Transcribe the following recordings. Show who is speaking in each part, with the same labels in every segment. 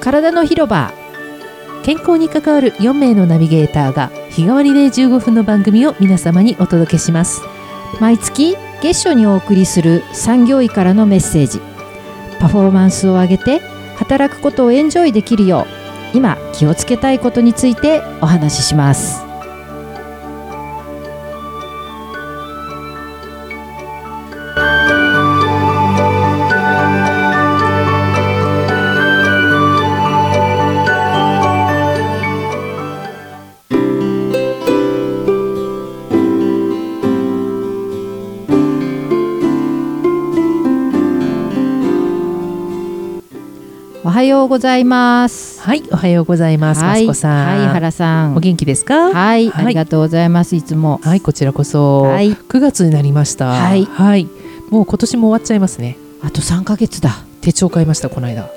Speaker 1: 体の広場健康に関わる4名のナビゲーターが日替わりで15分の番組を皆様にお届けします
Speaker 2: 毎月月初にお送りする産業医からのメッセージパフォーマンスを上げて働くことをエンジョイできるよう今気をつけたいことについてお話ししますおはようございます
Speaker 1: はいおはようございますマスコさん
Speaker 2: はい原さん
Speaker 1: お元気ですか
Speaker 2: はい、
Speaker 1: はい
Speaker 2: ありがとうございますいつも
Speaker 1: はいこちらこそ、
Speaker 2: はい
Speaker 1: 9月になりました
Speaker 2: はい
Speaker 1: もう今年も終わっちゃいますね
Speaker 2: あと3ヶ月だ
Speaker 1: 手帳買いましたこの間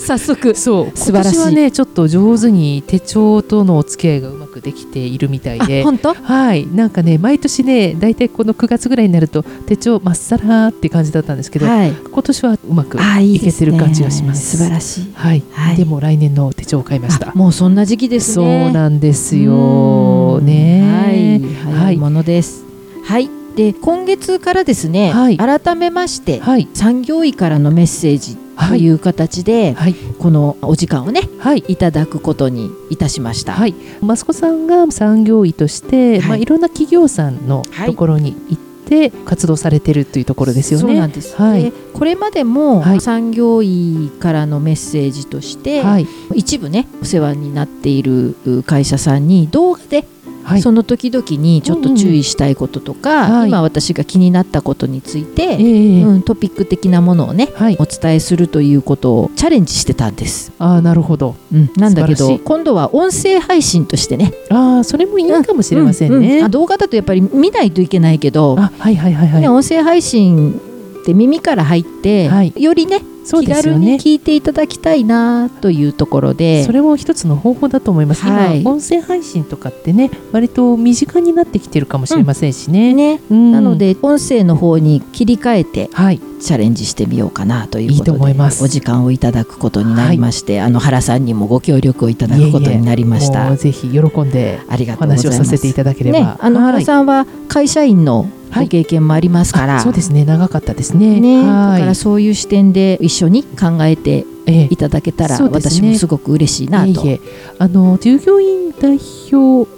Speaker 2: 早速
Speaker 1: そう
Speaker 2: 素晴らしい
Speaker 1: 今年はねちょっと上手に手帳とのお付き合いがうまくできているみたい
Speaker 2: あ
Speaker 1: で
Speaker 2: 本当
Speaker 1: はいなんかね毎年ね大体この9月ぐらいになると手帳まっさらって感じだったんですけど、
Speaker 2: はい
Speaker 1: 今年はうまく
Speaker 2: あい
Speaker 1: いけてる感じがします
Speaker 2: 素晴らしい
Speaker 1: はい、
Speaker 2: はい
Speaker 1: でも来年の手帳を買いました
Speaker 2: あもうそんな時期です
Speaker 1: そ
Speaker 2: ね
Speaker 1: うなんですよ
Speaker 2: うん
Speaker 1: ね
Speaker 2: はい早いものですはい、で今月からですね、
Speaker 1: はい
Speaker 2: 改めまして、
Speaker 1: はい
Speaker 2: 産業医からのメッセージという形で、
Speaker 1: はい
Speaker 2: このお時間をね
Speaker 1: はい
Speaker 2: いただくことにいたしました、
Speaker 1: はい、マスコさんが産業医とし
Speaker 2: は
Speaker 1: て、
Speaker 2: い
Speaker 1: いまあ、いろんな企業さんの
Speaker 2: はい
Speaker 1: ところに行って活動されてるというところですよ
Speaker 2: そうな
Speaker 1: ね。
Speaker 2: んです、
Speaker 1: はい
Speaker 2: でこれまでも、
Speaker 1: はい
Speaker 2: 産業医からのメッセージとして、
Speaker 1: はい、
Speaker 2: 一部ねお世話になっているう会社さんに動画で
Speaker 1: はい、
Speaker 2: その時々にちょっと注意したいこととか、
Speaker 1: うんうんはい
Speaker 2: 今私が気になったことについて、
Speaker 1: ええ
Speaker 2: うん、トピック的なものをね
Speaker 1: はい、
Speaker 2: お伝えするということをチャレンジしてたんです、
Speaker 1: ああなるほど。
Speaker 2: うん、なんだけ
Speaker 1: 素晴
Speaker 2: ど
Speaker 1: らしい
Speaker 2: 今度は音声配信としてね
Speaker 1: ああそれもいいかもしれませんね。
Speaker 2: ううあ動画だとやっぱり見ないといけないけど、
Speaker 1: あはいはいはい
Speaker 2: ね
Speaker 1: はい。
Speaker 2: 音声配信って耳から入って、
Speaker 1: はい
Speaker 2: よりね
Speaker 1: そう
Speaker 2: 気
Speaker 1: です
Speaker 2: 軽
Speaker 1: よ
Speaker 2: に
Speaker 1: ね。
Speaker 2: 聞いていただきたいなというところで
Speaker 1: それも一つの方法だと思います。
Speaker 2: はい
Speaker 1: 今音声配信とかってね割と身近になってきてるかもしれませんしね。
Speaker 2: ね
Speaker 1: うん
Speaker 2: なので音声の方に切り替えて
Speaker 1: はい
Speaker 2: チャレンジしてみようかなということで
Speaker 1: いいと思います
Speaker 2: お時間をいただくことになりまして、あの原さんにもご協力をいただくことになりました
Speaker 1: いえいえもうぜひ喜んで
Speaker 2: ありが
Speaker 1: お
Speaker 2: とうござい
Speaker 1: 話
Speaker 2: ま
Speaker 1: を
Speaker 2: す
Speaker 1: させていただければ。
Speaker 2: ね、あの
Speaker 1: はい
Speaker 2: 原さんは会社員の
Speaker 1: はい
Speaker 2: ご経験もありますから、
Speaker 1: あそうですね長かったですね。
Speaker 2: ね、
Speaker 1: は
Speaker 2: だ
Speaker 1: い
Speaker 2: からそういう視点で一緒に考えて
Speaker 1: ええ
Speaker 2: いただけたら、
Speaker 1: そうですね
Speaker 2: 私もすごく嬉しいないと
Speaker 1: えいえあの従業員代表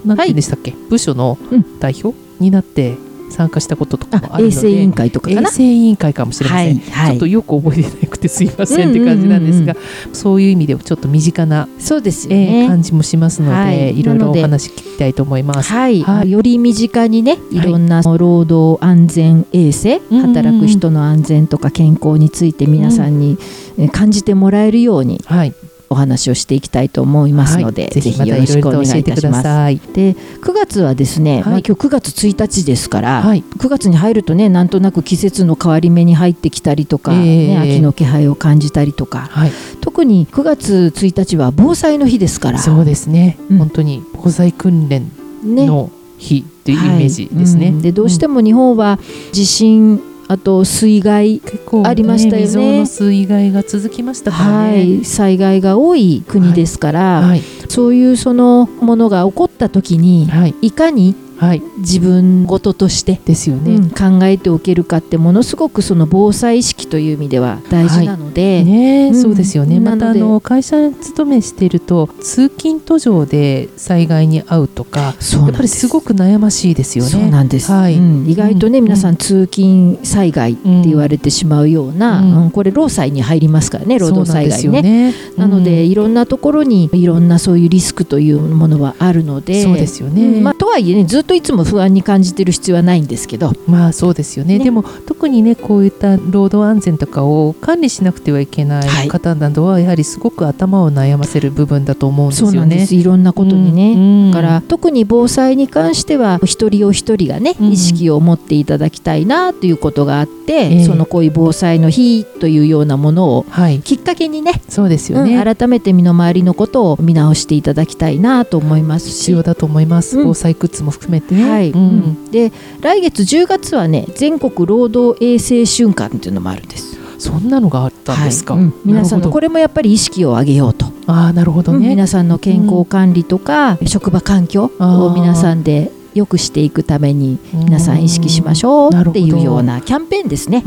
Speaker 1: なんて言うんでしたっけ、部署の
Speaker 2: うん
Speaker 1: 代表になって参加したこととかも
Speaker 2: あ
Speaker 1: あるの
Speaker 2: 衛
Speaker 1: で
Speaker 2: 生委員会とかかな
Speaker 1: 衛生委員会かもしれま
Speaker 2: は
Speaker 1: せん、
Speaker 2: いは
Speaker 1: ちょっと
Speaker 2: い
Speaker 1: よく覚えてなくてすいませんって感じなんですが、そういう意味でもちょっと身近な、
Speaker 2: そうですよ
Speaker 1: ええ
Speaker 2: ね、
Speaker 1: 感じもしますので、
Speaker 2: はい
Speaker 1: い、ろい
Speaker 2: な
Speaker 1: ろ
Speaker 2: の
Speaker 1: お
Speaker 2: で
Speaker 1: 話聞きたいと思います。
Speaker 2: はい、
Speaker 1: はい
Speaker 2: より身近にねいろんな労働安全衛生、
Speaker 1: うんうんうん
Speaker 2: 働く人の安全とか健康について皆さんにえ感じてもらえるように
Speaker 1: はい、
Speaker 2: お話をしていきたいと思いますので、
Speaker 1: はい
Speaker 2: ぜ
Speaker 1: ぜ
Speaker 2: ひ
Speaker 1: ひま
Speaker 2: よ
Speaker 1: た
Speaker 2: ろ
Speaker 1: いろ
Speaker 2: し
Speaker 1: い
Speaker 2: く
Speaker 1: ろ
Speaker 2: お願
Speaker 1: と教
Speaker 2: いい
Speaker 1: えて
Speaker 2: た
Speaker 1: く
Speaker 2: し
Speaker 1: だ
Speaker 2: ます。
Speaker 1: さい。
Speaker 2: で9月はですね、まあ、
Speaker 1: はい
Speaker 2: 今日9月1日ですから、
Speaker 1: はい、
Speaker 2: 9月に入るとねなんとなく季節の変わり目に入ってきたりとか、ね
Speaker 1: ええ
Speaker 2: 秋の気配を感じたりとか
Speaker 1: はい、
Speaker 2: 特に9月1日は防災の日ですから
Speaker 1: そうですね、
Speaker 2: うん
Speaker 1: 本当に防災訓練
Speaker 2: ね
Speaker 1: の日というイメージですね。
Speaker 2: はいうんでどうしても日本は地震あと水害、
Speaker 1: 結構、
Speaker 2: ありましたよね
Speaker 1: 未曾有の水害が続きましたから
Speaker 2: は
Speaker 1: ね。
Speaker 2: い、災害が多い国ですから、
Speaker 1: はい
Speaker 2: そういうそのものが起こった時に
Speaker 1: はい
Speaker 2: いかに
Speaker 1: はい
Speaker 2: 自分事として、
Speaker 1: ですよ
Speaker 2: う
Speaker 1: ね。
Speaker 2: ん考えておけるかってものすごくその防災意識という意味では大事なので、
Speaker 1: ねえ
Speaker 2: うん
Speaker 1: そうですよね、
Speaker 2: な
Speaker 1: ま
Speaker 2: ので
Speaker 1: たあの会社勤めしていると通勤途上で災害に遭うとか
Speaker 2: そう
Speaker 1: や
Speaker 2: な
Speaker 1: っ
Speaker 2: ん
Speaker 1: ぱ
Speaker 2: で
Speaker 1: り
Speaker 2: す
Speaker 1: すごく悩ましいですよね。
Speaker 2: そうなんです、
Speaker 1: はい
Speaker 2: うん意外とね、
Speaker 1: うん
Speaker 2: 皆さん通勤災害って言われてしまうような、
Speaker 1: うん
Speaker 2: うんこれ労災に入りますからね労
Speaker 1: そう
Speaker 2: 働
Speaker 1: な
Speaker 2: 災
Speaker 1: んで
Speaker 2: 害
Speaker 1: す
Speaker 2: ね
Speaker 1: よね。
Speaker 2: なので、
Speaker 1: うん
Speaker 2: いろんなところにいろんなそういうリスクというものはあるので。
Speaker 1: そうですよね、
Speaker 2: うんま
Speaker 1: ま
Speaker 2: あ、とはいえねずっといつも不安に感じてる必要はないんですけど、
Speaker 1: あそうですよね
Speaker 2: ね
Speaker 1: でも特にねこういった労働安全とかを管理しなくてはいけ
Speaker 2: は
Speaker 1: ないい方などはやはりすごく頭を悩ませる部分だと思うんです
Speaker 2: そう
Speaker 1: よね。
Speaker 2: なんですいろんなことにね。
Speaker 1: ね
Speaker 2: だから特に防災に関しては一人お一人がね、
Speaker 1: うん
Speaker 2: 意識を持っていただきたいなということがあって、
Speaker 1: ええ
Speaker 2: そのこういう防災の日というようなものを
Speaker 1: はい
Speaker 2: きっかけにね
Speaker 1: そうですよね、
Speaker 2: うん改めて身の回りのことを見直していただきたいなと思います
Speaker 1: 必
Speaker 2: し、
Speaker 1: 要だと思います、
Speaker 2: うん
Speaker 1: 防災グッズも含めてね、
Speaker 2: はい
Speaker 1: うん
Speaker 2: で来月10月はね全国労働衛生瞬間っていうのもあるんです。
Speaker 1: そんなのがあったんですか、
Speaker 2: はいうん皆さんのこ
Speaker 1: れ
Speaker 2: れもやっぱり意識を上げようと、
Speaker 1: ああなるほどね、
Speaker 2: 皆さんの健康管理とか、職場環境を皆さんで良くしていくために皆さん意識しましょうっていうようなキャンペーンですね。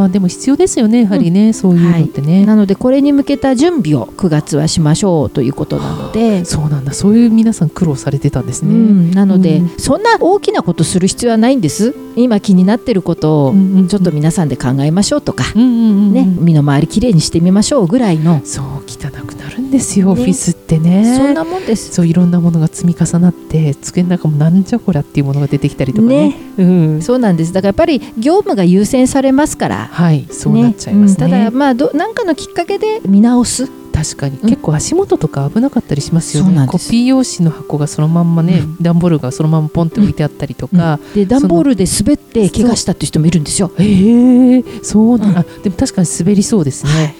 Speaker 1: ああでも必要ですよねやはりね、そういうのってね、
Speaker 2: なのでこれに向けた準備を9月はしましょうということなので、
Speaker 1: そうなんだそういう皆さん苦労されてたんです
Speaker 2: う
Speaker 1: ね、
Speaker 2: ん、なので、
Speaker 1: うん
Speaker 2: そんな大きなことする必要はないんです今気になってることを
Speaker 1: うんうん
Speaker 2: ちょっと皆さんで考えましょうとか、
Speaker 1: うんうんうん
Speaker 2: ね、身の回りきれいにしてみましょうぐらいの、
Speaker 1: そう汚くなるんですよ、
Speaker 2: ね
Speaker 1: オフィスってね
Speaker 2: そんなもんです。
Speaker 1: そういろんなものが積み重なって机の中もなんじゃこりゃっていうものが出てきたりとかね
Speaker 2: ね
Speaker 1: うん、
Speaker 2: そうなんですだからやっぱり業務が優先されますから
Speaker 1: はいそうなっちゃいますね
Speaker 2: うんただまあどなんかのきっかけで見直す、
Speaker 1: 確かに、結構足元とか危なかったりしますよ
Speaker 2: そうな
Speaker 1: ね
Speaker 2: んで
Speaker 1: コ
Speaker 2: す
Speaker 1: ピー用紙の箱がそのまんまね、
Speaker 2: うん
Speaker 1: 段ボールがそのままポンって置いてあったりとか、
Speaker 2: で段ボールで滑って怪我したっていう人もいるんですよ。
Speaker 1: へえそうなん
Speaker 2: うん
Speaker 1: あでも確かに滑りそうですね、
Speaker 2: はい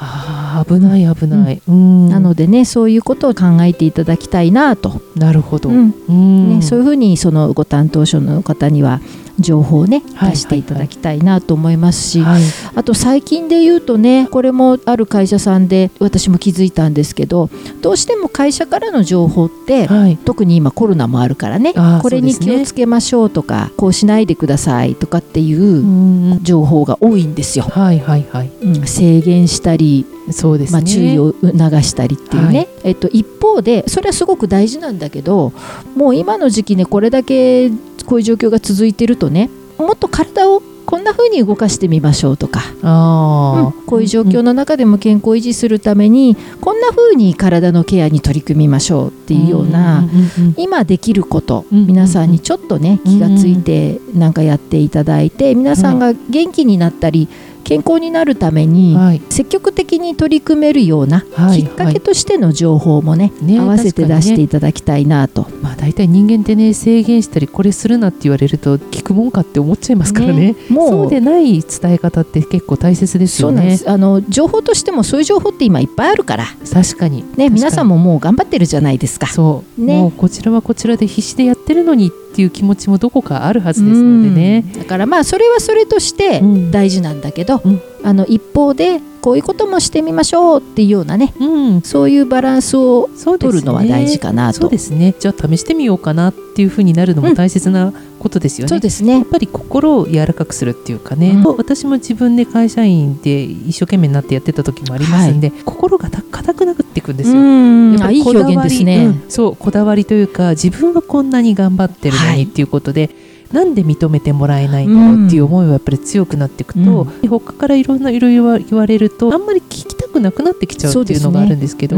Speaker 1: あー危ない危ない、うん
Speaker 2: なのでねそういうことを考えていただきたいなと、
Speaker 1: なるほど、
Speaker 2: うん
Speaker 1: うん
Speaker 2: ね、そういうふうにそのご担当者の方には情報をね
Speaker 1: はい
Speaker 2: 出していただきたいなと思いますし、
Speaker 1: はい、
Speaker 2: あと最近で言うとねこれもある会社さんで私も気づいたんですけどどうしても会社からの情報って、
Speaker 1: はい、
Speaker 2: 特に今コロナもあるからね
Speaker 1: あー
Speaker 2: これに気をつけましょうとかこうしないでくださいとかって
Speaker 1: う
Speaker 2: いうん
Speaker 1: うん
Speaker 2: 情報が多いんですよ。
Speaker 1: はいはいはい
Speaker 2: うん制限したり、
Speaker 1: そうですね、
Speaker 2: まあ、注意を促したりっていうね、
Speaker 1: はい
Speaker 2: えっと、一方でそれはすごく大事なんだけどもう今の時期ねこれだけこういう状況が続いてるとねもっと体をこんな風に動かしてみましょうとか、
Speaker 1: あ
Speaker 2: う
Speaker 1: あ
Speaker 2: ん、こういう状況の中でも健康を維持するためにこんな風に体のケアに取り組みましょうっていうような、
Speaker 1: んんうん
Speaker 2: 今できること、
Speaker 1: うん
Speaker 2: 皆さんにちょっとね、
Speaker 1: うん
Speaker 2: 気がついてなんかやっていただいて、皆さんが元気になったり健康になるため
Speaker 1: うん
Speaker 2: に、
Speaker 1: はい
Speaker 2: 積極的に取り組めるような、
Speaker 1: はい
Speaker 2: きっかけとしての情報もね、
Speaker 1: ね
Speaker 2: 合わせて
Speaker 1: 確かにね
Speaker 2: 出していただきたいなと。
Speaker 1: まあ大体人間ってね制限したりこれするなって言われると聞くもんかって思っちゃいますからね
Speaker 2: ねもう
Speaker 1: そうでない伝え方って結構大切です
Speaker 2: そ
Speaker 1: よ
Speaker 2: うなんで
Speaker 1: ね
Speaker 2: すあの情報としてもそういう情報って今いっぱいあるから、
Speaker 1: 確かに
Speaker 2: ね、皆さん
Speaker 1: も
Speaker 2: ももう頑張ってるじゃないですか。
Speaker 1: そう、
Speaker 2: ね
Speaker 1: もうこちらはこちらで必死でやってるのにっていう気持ちもどこかあるはずですのでね
Speaker 2: うんだからまあそれはそれとして
Speaker 1: うん
Speaker 2: 大事なんだけど、
Speaker 1: うん
Speaker 2: あの一方でこういうこともしてみましょうっていうようなね
Speaker 1: うん
Speaker 2: そういうバランスを
Speaker 1: そうです
Speaker 2: 取
Speaker 1: ね
Speaker 2: るのは大事かなと。
Speaker 1: そうですねじゃあ試してみようかなっていうふうになるのも大切なことですよね、
Speaker 2: そうですね
Speaker 1: やっ。ぱり心を柔らかくするっていうかね、
Speaker 2: うん
Speaker 1: と私も自分で会社員で一生懸命になってやってた時もありますんで、心がた硬くなっていくんですよ。
Speaker 2: ん
Speaker 1: やっぱ
Speaker 2: あ
Speaker 1: り
Speaker 2: いい
Speaker 1: こだわ
Speaker 2: 表
Speaker 1: り
Speaker 2: 現です
Speaker 1: う
Speaker 2: ね
Speaker 1: ん。そうこだわりというか自分はこんなに頑張ってるの
Speaker 2: はい
Speaker 1: にっていうことで、なんで認めてもらえないんだろうっていう思いはやっぱり強くなっていくと、他からいろんないろいろ言われるとあんまり聞きたくなくなってきちゃうっていうのがあるんですけど。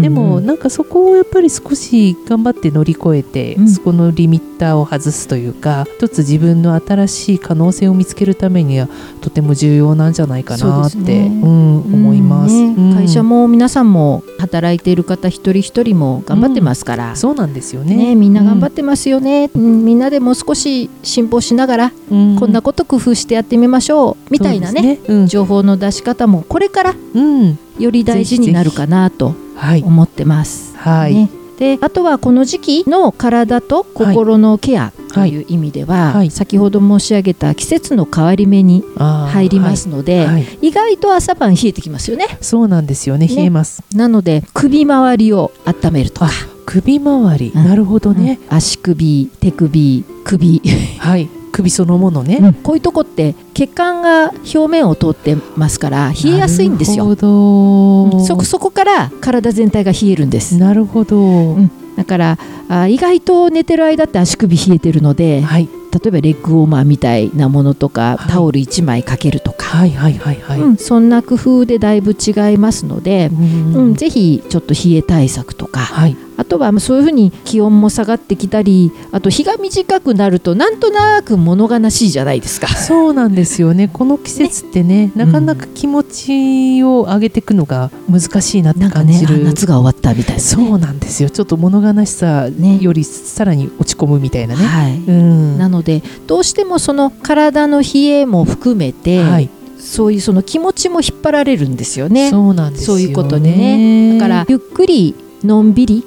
Speaker 1: でもなんかそこをやっぱり少し頑張って乗り越えて、
Speaker 2: うん
Speaker 1: そこのリミッターを外すというか一つ自分の新しい可能性を見つけるためにはとても重要なんじゃないかなっ
Speaker 2: そう
Speaker 1: て
Speaker 2: ですね
Speaker 1: うん、思います、
Speaker 2: うんね
Speaker 1: うん
Speaker 2: 会社も皆さんも働いている方一人一人も頑張ってますから。
Speaker 1: そうなんですよね、
Speaker 2: ね、みんな頑張っててますよね、うんみんなでもう少し辛抱しながら、
Speaker 1: うん
Speaker 2: こんなこと工夫してやってみましょうみたいなね
Speaker 1: そうです
Speaker 2: 情報の出し方もこれから
Speaker 1: うん、うん
Speaker 2: より大事になるかなと
Speaker 1: はい
Speaker 2: 思ってます。
Speaker 1: はい、
Speaker 2: ねであとはこの時期の体と心のケアという意味では、
Speaker 1: はい
Speaker 2: 先ほど申し上げた季節の変わり目に
Speaker 1: あー
Speaker 2: 入りますので、
Speaker 1: はいはい
Speaker 2: 意外と朝晩冷えてきますよね
Speaker 1: そうなんですよね
Speaker 2: ね
Speaker 1: 冷えます
Speaker 2: なので首周りを温めるとか、
Speaker 1: 首周り、
Speaker 2: うん
Speaker 1: なるほどね、
Speaker 2: うん足首手首首、
Speaker 1: はい首そのものね、
Speaker 2: こういうとこって血管が表面を通ってますから冷えやすいんです
Speaker 1: な
Speaker 2: よ
Speaker 1: るほど
Speaker 2: そこそこから体全体が冷えるんです
Speaker 1: なるほど、
Speaker 2: んだからあ意外と寝てる間って足首冷えてるので
Speaker 1: はい
Speaker 2: 例えばレッグウォーマーみたいなものとか、
Speaker 1: はい
Speaker 2: タオル1枚かけるとか、
Speaker 1: はいはいはいはい、
Speaker 2: うんそんな工夫でだいぶ違いますので、
Speaker 1: うん
Speaker 2: うん、ぜひちょっと冷え対策とか
Speaker 1: はい
Speaker 2: あとはまあそういうふうに気温も下がってきたりあと日が短くなるとなんとなく物悲しいじゃないですか。
Speaker 1: そうなんですよねこの季節ってねなかなか気持ちを上げていくのが難しいなっ て
Speaker 2: なんか
Speaker 1: 感
Speaker 2: ね
Speaker 1: じ
Speaker 2: あ
Speaker 1: る、
Speaker 2: 夏が終わったみたいな、
Speaker 1: そうなんですよちょっと物悲しさ
Speaker 2: ね
Speaker 1: よりさらに落ち込むみたいなね、
Speaker 2: はい
Speaker 1: うん
Speaker 2: なのでどうしてもその体の冷えも含めて、
Speaker 1: はい
Speaker 2: そういうその気持ちも引っ張られるんですよね。
Speaker 1: そうなんですよ、ね、
Speaker 2: そういうことにねだからゆっくりのんびり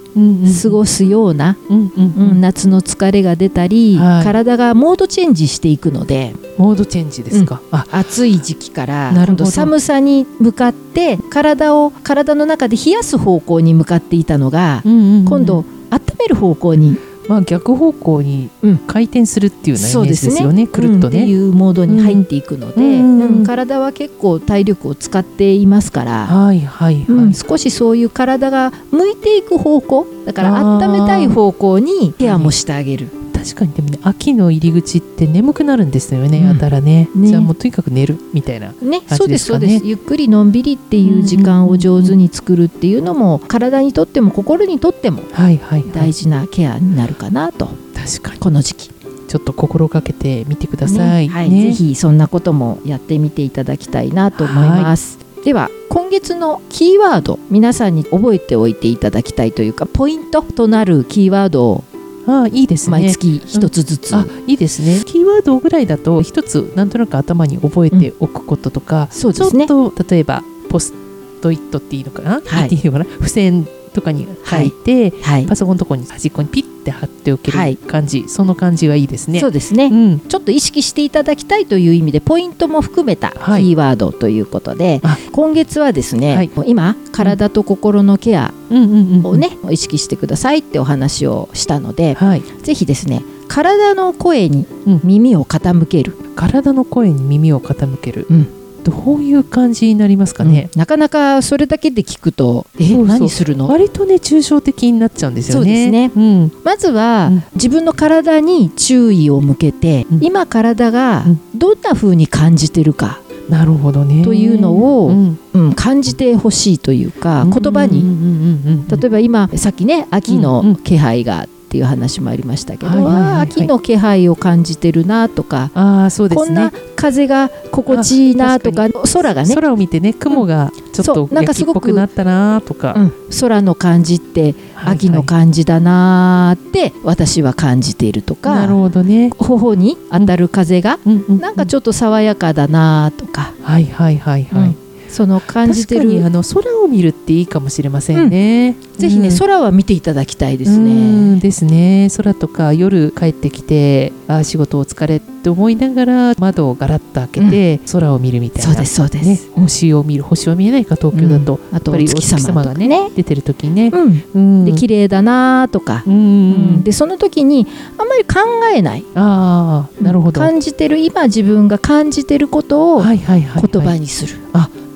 Speaker 2: 過ごすような、
Speaker 1: うんうん
Speaker 2: うん夏の疲れが出たり、
Speaker 1: はい
Speaker 2: 体がモードチェンジしていくので
Speaker 1: モードチェンジですか、あ
Speaker 2: 暑い時期から
Speaker 1: なるほど
Speaker 2: 今度寒さに向かって体を体の中で冷やす方向に向かっていたのが、今
Speaker 1: 今
Speaker 2: 度温める方向に
Speaker 1: まあ、逆方向に
Speaker 2: うん
Speaker 1: 回転するっていうようなイ
Speaker 2: そう
Speaker 1: メー
Speaker 2: で
Speaker 1: ジ
Speaker 2: すね
Speaker 1: ですよね、くるっと
Speaker 2: うんってい
Speaker 1: ね。
Speaker 2: うモードに入っていくので、
Speaker 1: うん
Speaker 2: うん体は結構体力を使っていますから。
Speaker 1: はいはいはい、
Speaker 2: うん、少しそういう体が向いていく方向だから
Speaker 1: あー
Speaker 2: 温めたい方向にケアもしてあげる、
Speaker 1: 確かにでもね秋の入り口って眠くなるんですよね、
Speaker 2: うん
Speaker 1: やたらね
Speaker 2: ね
Speaker 1: じゃあもうとにかく寝るみたいな
Speaker 2: ね
Speaker 1: 感
Speaker 2: そう
Speaker 1: じ
Speaker 2: で
Speaker 1: ですす
Speaker 2: そう
Speaker 1: かね
Speaker 2: ですゆっくりのんびりっていう時間を上手に作るっていうのも体にとっても心にとっても
Speaker 1: はいはい、はい、
Speaker 2: 大事なケアになるかなと
Speaker 1: 確かに
Speaker 2: この時期
Speaker 1: ちょっと心がけてみてください、
Speaker 2: ねはいぜひそんなこともやってみていただきたいなと思います。では今月のキーワード皆さんに覚えておいていただきたいというかポイントとなるキーワードを
Speaker 1: ああいいですね
Speaker 2: 毎月一つずつ、
Speaker 1: あいいですねキーワードぐらいだと一つなんとなく頭に覚えておくこととか、
Speaker 2: そうで
Speaker 1: ちょ
Speaker 2: すね
Speaker 1: っと例えばポストイットっていいのかな、
Speaker 2: はい
Speaker 1: っていうのかな付箋とかに書いて、
Speaker 2: はい、
Speaker 1: パソコンのとこに端っこにピッて貼っておけ
Speaker 2: はい
Speaker 1: る感じ、その感じがいいですね。
Speaker 2: そうですね、
Speaker 1: うん、
Speaker 2: ちょっと意識していただきたいという意味でポイントも含めたキ
Speaker 1: はい
Speaker 2: ーワードということで、
Speaker 1: あ
Speaker 2: 今月はですね、
Speaker 1: はい
Speaker 2: 今体と心のケア
Speaker 1: うんうんうん
Speaker 2: をね、意識してくださいってお話をしたので
Speaker 1: はい、
Speaker 2: ぜひですね体の声に
Speaker 1: うん
Speaker 2: 耳を傾ける、
Speaker 1: 体の声に耳を傾ける、
Speaker 2: うん
Speaker 1: どういう感じになりますかね、
Speaker 2: うんなかなかそれだけで聞くとえ
Speaker 1: そうそう
Speaker 2: 何するの
Speaker 1: 割とね抽象的になっちゃうんです
Speaker 2: そ
Speaker 1: よね
Speaker 2: うですね
Speaker 1: うん、
Speaker 2: まずは、
Speaker 1: うん
Speaker 2: 自分の体に注意を向けて、
Speaker 1: うん
Speaker 2: 今体が
Speaker 1: うん
Speaker 2: どんな風に感じてるか、
Speaker 1: なるほどね
Speaker 2: というのを
Speaker 1: うん
Speaker 2: うん、感じてほしいというか言葉に
Speaker 1: うんうんうんうん
Speaker 2: 例えば今さっきね秋
Speaker 1: うんう
Speaker 2: の
Speaker 1: ん
Speaker 2: 気配がっていう話もありましたけど、
Speaker 1: はいはいはいはい
Speaker 2: あー秋の気配を感じてるなとか、
Speaker 1: ああそうで
Speaker 2: こ
Speaker 1: す
Speaker 2: んな
Speaker 1: ね
Speaker 2: 風が心地いいなとか空がね、
Speaker 1: 空を見てね雲がちょっ
Speaker 2: そう
Speaker 1: と
Speaker 2: なんか
Speaker 1: 焼き
Speaker 2: す
Speaker 1: っ
Speaker 2: ご
Speaker 1: ぽ
Speaker 2: く
Speaker 1: くなったなとか、
Speaker 2: うん空の感じって
Speaker 1: はいはい
Speaker 2: 秋の感じだなーって私は感じているとか、
Speaker 1: なるほどね、
Speaker 2: 頬に当たる風が
Speaker 1: うんうう
Speaker 2: なんかちょっと爽やかだなーとか、
Speaker 1: はいはいはいはい、
Speaker 2: うんその感じて
Speaker 1: 確かにあ
Speaker 2: る
Speaker 1: の空を見るっていいかもしれませんね、
Speaker 2: ぜひね、
Speaker 1: うん
Speaker 2: 空は見ていただきたいです
Speaker 1: う
Speaker 2: ね。
Speaker 1: んですね空とか夜帰ってきてあー仕事お疲れって思いながら窓をガラッと開けて空を見るみたいな、
Speaker 2: そうですそうです、
Speaker 1: ね、星を見る星は見えないか東京だと、
Speaker 2: あと
Speaker 1: やっぱ
Speaker 2: お
Speaker 1: り
Speaker 2: 月様
Speaker 1: お月様
Speaker 2: と
Speaker 1: が
Speaker 2: か
Speaker 1: ね
Speaker 2: ね、
Speaker 1: 出てる時にね、
Speaker 2: うん、
Speaker 1: うん
Speaker 2: で綺麗だなとか、
Speaker 1: うん
Speaker 2: うんでその時にあんまり考えない
Speaker 1: ああなるほど、
Speaker 2: 感じてる今自分が感じてることを
Speaker 1: はいはいはい、はい、
Speaker 2: 言葉にする、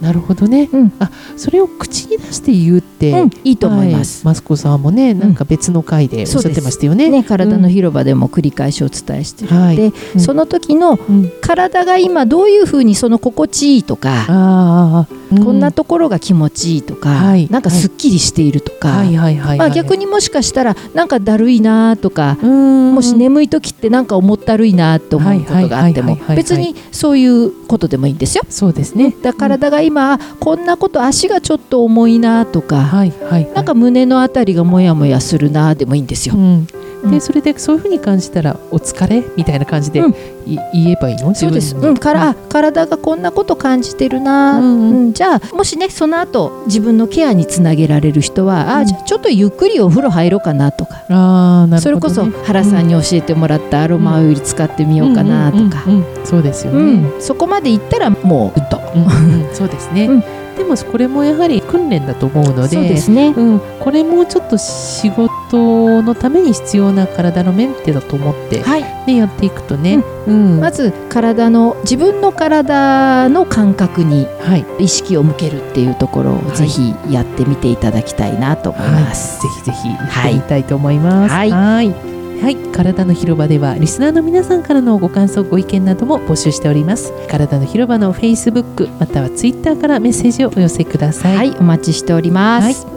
Speaker 1: なるほどね、
Speaker 2: うん
Speaker 1: あそれを口に出して言うって、
Speaker 2: うんいいと思います、
Speaker 1: はいマスコさんもねなんか別の回でおっしゃってましたよね,、
Speaker 2: ね、体の広場でも繰り返しお伝えしてる、
Speaker 1: はい、
Speaker 2: で、
Speaker 1: うん
Speaker 2: その時の
Speaker 1: うん
Speaker 2: 体が今どういうふうにその心地いいとか、
Speaker 1: ああ、う
Speaker 2: こんなところが気持ちいいとか、
Speaker 1: はい
Speaker 2: なんかすっきりしているとか、
Speaker 1: はいはいはい、はい、
Speaker 2: まあ、逆にもしかしたらなんかだるいなとか、
Speaker 1: うーん
Speaker 2: もし眠い時ってなんか重ったるいなと思うことがあっても
Speaker 1: はいはいはいはいはい
Speaker 2: 別にそういうことでもいいんですよ。
Speaker 1: そうですね
Speaker 2: だ体が今、こんなこと足がちょっと重いなとか、
Speaker 1: はいはいはい
Speaker 2: なんか胸のあたりがモヤモヤするなでもいいんですよ。
Speaker 1: うん、
Speaker 2: う
Speaker 1: で
Speaker 2: ん
Speaker 1: それでそういうふうに感じたら「お疲れ」みたいな感じで、
Speaker 2: うん
Speaker 1: い言えばいいの
Speaker 2: そうです、
Speaker 1: 自分
Speaker 2: う
Speaker 1: に
Speaker 2: ん、からあ体がこんなこと感じてるな、
Speaker 1: うんうん
Speaker 2: うんじゃあもしねその後自分のケアにつなげられる人は、
Speaker 1: う
Speaker 2: あ
Speaker 1: ん
Speaker 2: じゃあちょっとゆっくりお風呂入ろうかなとか、
Speaker 1: あーなるほどね、
Speaker 2: それこそ原さんに教えてもらったアロマオイル使ってみようかなとか、
Speaker 1: うんうんうんうんそうですよね、
Speaker 2: うんそこまでいったらもうグッと。
Speaker 1: うんうんそうですね、
Speaker 2: うん
Speaker 1: でもこれもやはり訓練だと思うので
Speaker 2: そうですね、
Speaker 1: うん、これもちょっと仕事のために必要な体のメンテだと思って、
Speaker 2: はい
Speaker 1: ね、やっていくとね、うん
Speaker 2: まず体の自分の体の感覚に
Speaker 1: はい、
Speaker 2: 意識を向けるっていうところをぜひやってみていただきたいなと思い
Speaker 1: は
Speaker 2: ま
Speaker 1: い、
Speaker 2: す。
Speaker 1: ぜひぜひやってみたいと思います。
Speaker 2: はい
Speaker 1: はいはい体の広場ではリスナーの皆さんからのご感想ご意見なども募集しております体の広場の Facebook または Twitter からメッセージをお寄せください、
Speaker 2: はい、お待ちしております。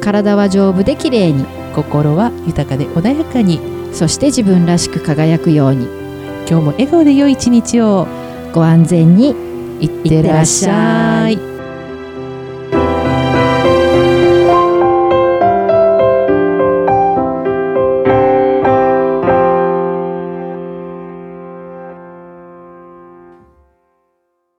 Speaker 2: 体は丈夫で綺麗に、
Speaker 1: 心は豊かで穏やかに
Speaker 2: そして自分らしく輝くように、
Speaker 1: 今日も笑顔で良い一日を
Speaker 2: ご安全に
Speaker 1: いってらっしゃい